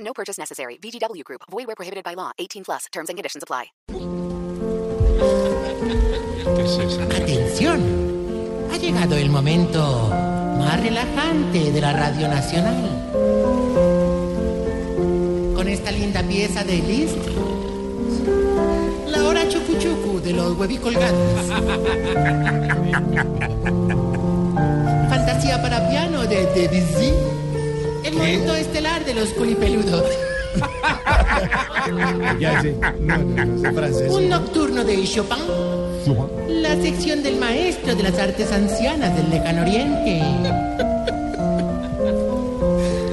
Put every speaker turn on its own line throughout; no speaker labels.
No purchase necessary. VGW Group. Void where prohibited by law. 18 plus. Terms and conditions apply.
¿Qué es eso?
Atención, ha llegado el momento más relajante de la Radio Nacional. Con esta linda pieza de Liszt, la hora chucuchucu de los huevicolgantes. Fantasía para piano de Debussy, el momento estelar de los culipeludos.
Ya sé. No, no, no sé francés.
Un nocturno de Chopin. La sección del maestro de las artes ancianas del lejano oriente.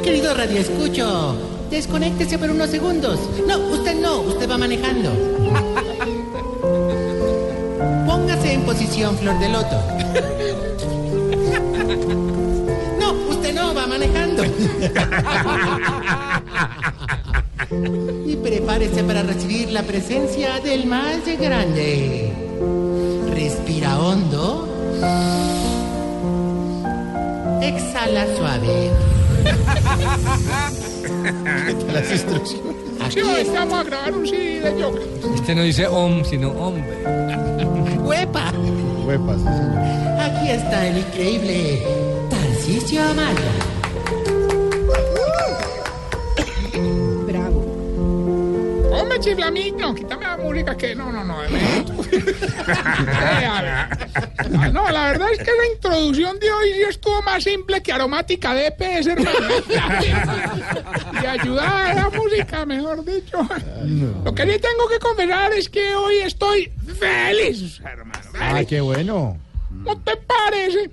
Querido Radio Escucho, desconéctese por unos segundos. No, usted no, usted va manejando. Póngase en posición flor de loto. No, usted no va manejando. Y prepárese para recibir la presencia del más grande. Respira hondo. Exhala suave.
Las instrucciones.
Aquí está.
Vamos a grabar un CD de yoga.
Este no dice om, sino hombre.
¡Huepa!
Huepas, sí, señor.
Aquí está el increíble Tarcisio Amaya.
Hombre, chiflamico, quítame la música que no, no, no. de verdad. no, la verdad es que la introducción de hoy sí estuvo más simple que aromática de EPS, hermano. Y ayudar a la música, mejor dicho. Lo que sí tengo que confesar es que hoy estoy feliz, hermano.
Ah,
feliz.
qué bueno.
¿No te parece?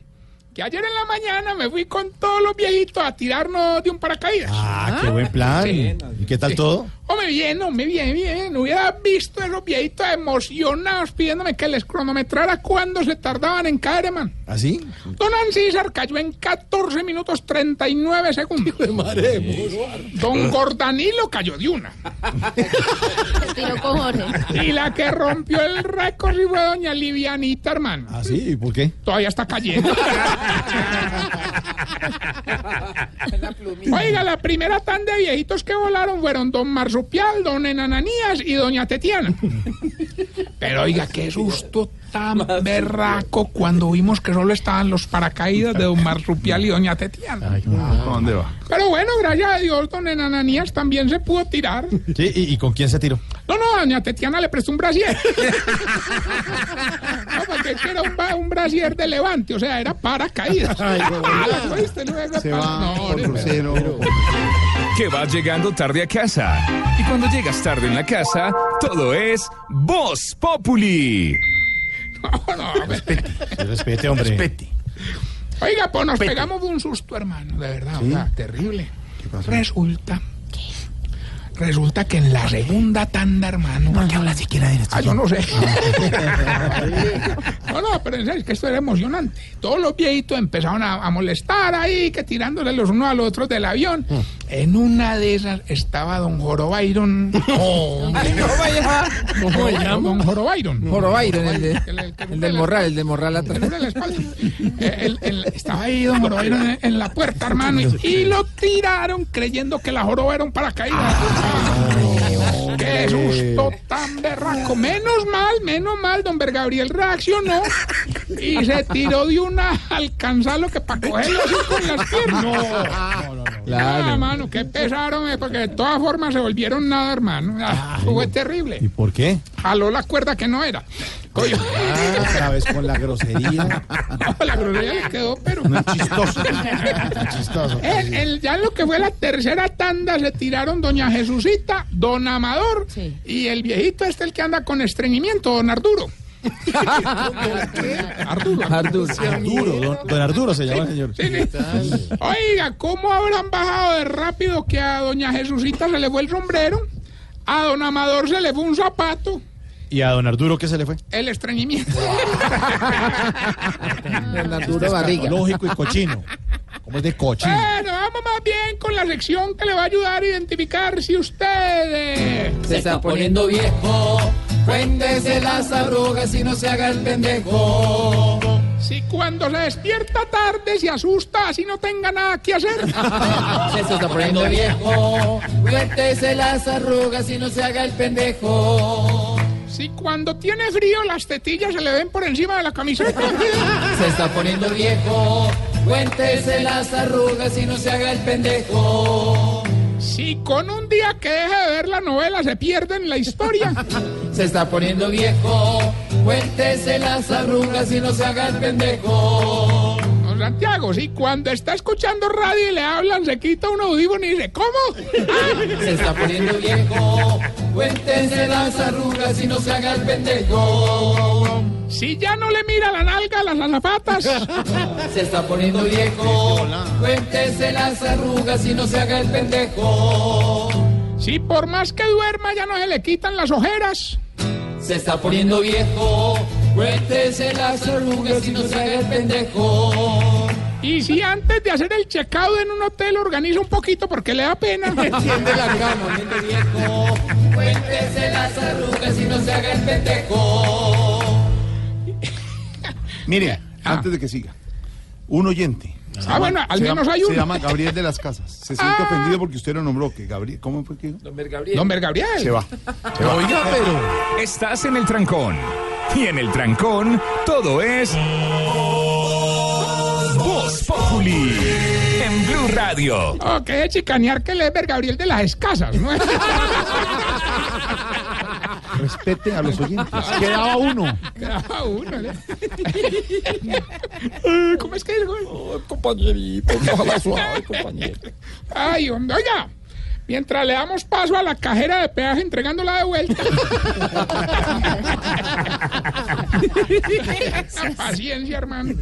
Que ayer en la mañana me fui con todos los viejitos a tirarnos de un paracaídas.
Ah, qué buen plan. ¿Y qué tal todo?
Hombre, bien, hombre, bien, bien. Hubiera visto a los viejitos emocionados pidiéndome que les cronometrara cuándo se tardaban en caer, hermano.
¿Así?
Don Ancísar cayó en 14 minutos 39 segundos. Don Gordanilo cayó de una. Y la que rompió el récord sí fue doña Livianita, hermano.
¿Así? ¿Y por qué?
Todavía está cayendo. Oiga, la primera tanda de viejitos que volaron fueron don Marsupial, don Enananías y doña Tetiana. Pero oiga, qué susto tan berraco cuando vimos que solo estaban los paracaídas de don Marsupial y doña Tetiana.
¿Dónde va?
Pero bueno, gracias a Dios, don Enananías también se pudo tirar.
Sí, ¿y, y con quién se tiró?
No, no, doña Tetiana le prestó un brasier. no, porque es que era un, ba- un brasier de levante, o sea, era paracaídas.
Ay, qué bueno.
Ah, ¿lo oíste? No era
Se
para-
va
no,
por
no, no.
crucero.
que vas llegando tarde a casa. Y cuando llegas tarde en la casa, todo es Voz Populi.
No, no, a ver.
Respete, hombre. Respete.
Oiga, pues nos pegamos de un susto, hermano, de verdad, o sea, terrible. Resulta, resulta que en la segunda tanda, hermano. ¿Por qué habla siquiera de Ah. esto? Ah, yo no sé. no, no, pero en serio, es que esto era emocionante. Todos los viejitos empezaron a, a molestar ahí, que tirándole los unos a los otros del avión. En una de esas estaba don Jorobairon. Oh, Jorobairon. Don Jorobairon.
Jorobairon, el, de,
El- el que-
el del morral, el del morral atrás.
en la espalda. Eh, el- el- estaba ahí don Jorobero en, en la puerta, hermano, y, y lo tiraron creyendo que la joroba era un paracaídas. ¡Qué susto tan berraco! Menos mal, menos mal, don Bergabriel reaccionó y se tiró de una alcanzarlo que para cogerlo así con las piernas. Ah,
Claro.
hermano, qué pesaron, eh, porque de todas formas se volvieron nada, hermano. Ah, fue
¿Y
terrible.
por qué?
Jaló la cuerda que no era. Coño.
Ah, ¿Sabes? Con la grosería.
la grosería le quedó, pero.
Chistoso. Chistoso.
En- en- Eh, ya en lo que fue la tercera tanda se tiraron doña Jesucita, don Amador
Sí.
y el viejito este el que anda con estreñimiento, don Arduro. Arturo.
Arturo.
Arduro, don, don Arduro se llama el señor.
Sí, sí. Oiga, ¿cómo habrán bajado de rápido que a doña Jesucita se le fue el sombrero? A don Amador se le fue un zapato.
¿Y a don Arduro qué se le fue?
El estreñimiento.
Don Arturo Barriga.
Lógico y cochino. ¿Cómo es de cochino?
Bueno, vamos más bien con la sección que le va a ayudar a identificar si ustedes...
Se está poniendo viejo. Cuéntese las arrugas y no se haga el pendejo.
Si cuando se despierta tarde se asusta, así no tenga nada que hacer.
Se está poniendo viejo. Cuéntese las arrugas y no se haga el pendejo.
Si cuando tiene frío las tetillas se le ven por encima de la camiseta.
Se está poniendo viejo. Cuéntese las arrugas y no se haga el pendejo.
Si con un día que deje de ver la novela se pierde en la historia.
Se está poniendo viejo. Cuéntese las arrugas y no se haga el pendejo.
Don Santiago, si cuando está escuchando radio y le hablan se quita un audífono y dice, ¿cómo? Ah,
Se está poniendo viejo. Cuéntese las arrugas y no se haga el pendejo.
Si ya no le mira la nalga a las alapatas.
Se está poniendo viejo. Cuéntese las arrugas y no se haga el pendejo.
Si por más que duerma ya no se le quitan las ojeras.
Se está poniendo viejo. Cuéntese las arrugas y no se haga el pendejo.
Y si antes de hacer el checado en un hotel organiza un poquito porque le da pena.
Tiende la cama, miente viejo. Cuéntese las arrugas y no se haga el pendejo.
Mire, antes de que siga, un oyente. Se llama-
Ah, bueno, al
se
menos
llama-
hay uno.
Se llama Gabriel de las Casas. Se siente ofendido porque usted lo nombró. Que Gabriel, ¿Cómo fue que dijo?
Don Gabriel.
Se va.
Oiga, pero.
Estás en el trancón. Y en el trancón, todo es. Voz Populi. En Blue Radio.
Oh, que de chicanear que le es Gabriel de las escasas, ¿no?
Respete a los oyentes. Quedaba uno.
Cada uno, ¿no? Eh, ¿Cómo es que es, güey?
Compañerito, ojalá suave, compañero.
Ay, hombre, oiga. Mientras le damos paso a la cajera de peaje entregándola de vuelta. Paciencia, hermano.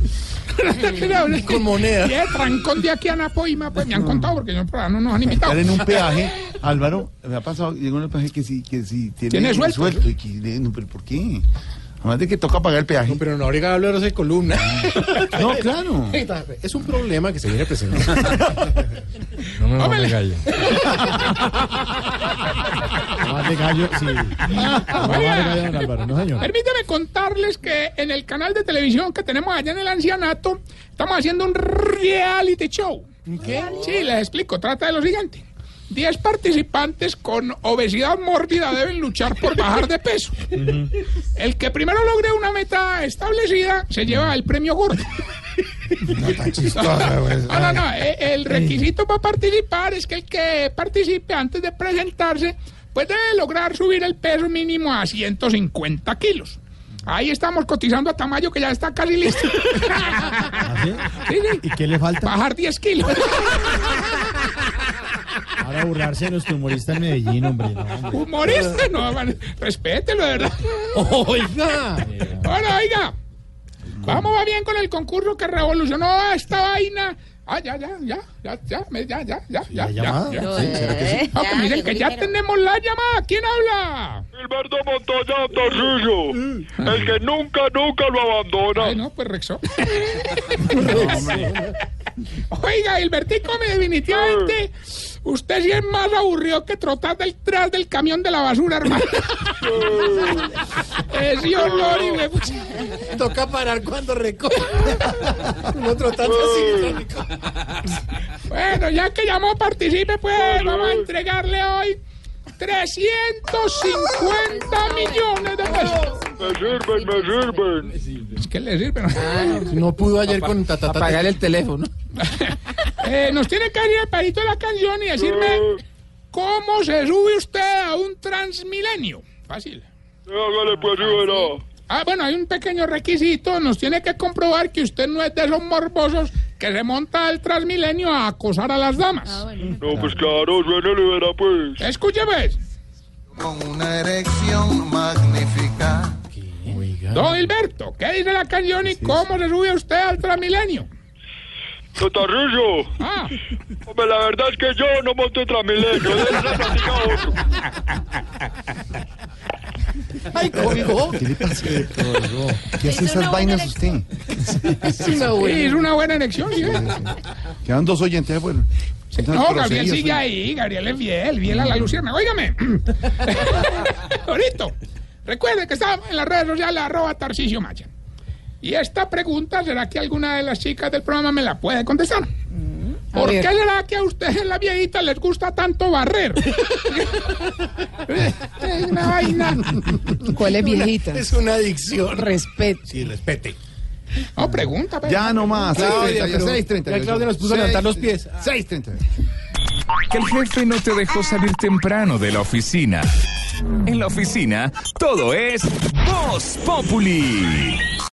Con moneda. Qué trancón de aquí a Napoima, pues me han contado porque yo, no nos han invitado.
Estar en un peaje, Álvaro, me ha pasado, llegó en el peaje que sí, que sí tiene,
Tiene suelto.
y que, le- no, pero ¿por qué? Además de que toca pagar el peaje.
Pero no, ahorita hablaros de columna.
No, claro.
Es un problema que se viene presentando.
No me
Hombre.
mames gallo.
Más de gallo, sí. No, más de gallo, don Álvaro, no, señor.
Permítame contarles que en el canal de televisión que tenemos allá en el ancianato, estamos haciendo un reality show. ¿Qué? Sí, les explico. Trata de lo siguiente. Diez participantes con obesidad mórbida deben luchar por bajar de peso. El que primero logre una meta establecida se lleva el premio gordo. No, no, no. eh, El requisito para participar es que el que participe antes de presentarse, pues debe lograr subir el peso mínimo a 150 kilos. Ahí estamos cotizando a Tamayo, que ya está casi listo.
¿Ah, sí?
Sí, sí.
¿Y qué le falta?
Bajar 10 kilos.
Ahora burlarse de nuestro humorista en Medellín, hombre. No, hombre.
Humorista, no, man, respételo, de verdad.
Oiga.
Ahora, oiga, vamos va bien con el concurso que revolucionó esta vaina. Ah, ya, ya, ya, ya, ya, me- ya, ya, ya, ya,
¿La
ya,
llamada?
ya.
Sí, ¿será que sí?
Ah, que me dicen que ya tenemos la llamada. ¿Quién habla? Mm.
Gilberto Montoya Tarcillo, el que nunca, nunca lo
Ay,
abandona.
no, pues Rexo. Oiga, Hilbertico, me definitivamente usted sí es más aburrido que trotar detrás del camión de la basura, hermano. Ese olor y me
Toca parar cuando recoge. El otro tanto así.
Bueno, ya que llamó, participe, pues vamos a entregarle hoy 350 millones de pesos.
Me sirven, me sirven.
Es que le sirve. ¿no?
No pudo ayer con tatata. Apagar el teléfono.
Eh, nos tiene que ir el pedito de la canción y decirme cómo se sube usted a un transmilenio. Fácil.
Hágale pues, Rivera.
Ah, bueno, hay un pequeño requisito. Nos tiene que comprobar que usted no es de esos morbosos que se monta al Transmilenio a acosar a las damas.
No, pues claro, suena Rivera, pues.
Escúcheme.
Con una erección magnífica.
Don Gilberto, ¿qué dice la canción y cómo se sube usted al Transmilenio?
Totarrillo.
Ah.
Hombre, la verdad es que yo no monto en Transmilenio. de eso se platica otro.
Ay, colgó.
¿Qué le pasa?
¿Qué hace esas vainas usted?
Es
Sí,
una buena.
es una buena elección, ¿sí? ve?
Quedan dos oyentes, bueno.
No, Gabriel sigue ahí, Gabriel es fiel, fiel a la Luciana. Óigame. Ahorita, recuerde que estamos en las redes sociales, arroba Tarcisio Maya. Y esta pregunta, ¿será que alguna de las chicas del programa me la puede contestar? ¿Por qué será que a ustedes, las viejitas, les gusta tanto barrer? es una vaina.
¿Cuál es viejita?
Es una adicción.
Respeto.
Sí, respete.
No, pregunta, pero-
Ya nomás,
Claudia,
6.30,
pero-
6.30.
ya Claudia nos puso a levantar los pies.
6.30.
Que el jefe no te dejó salir temprano de la oficina. En la oficina, todo es Voz Populi.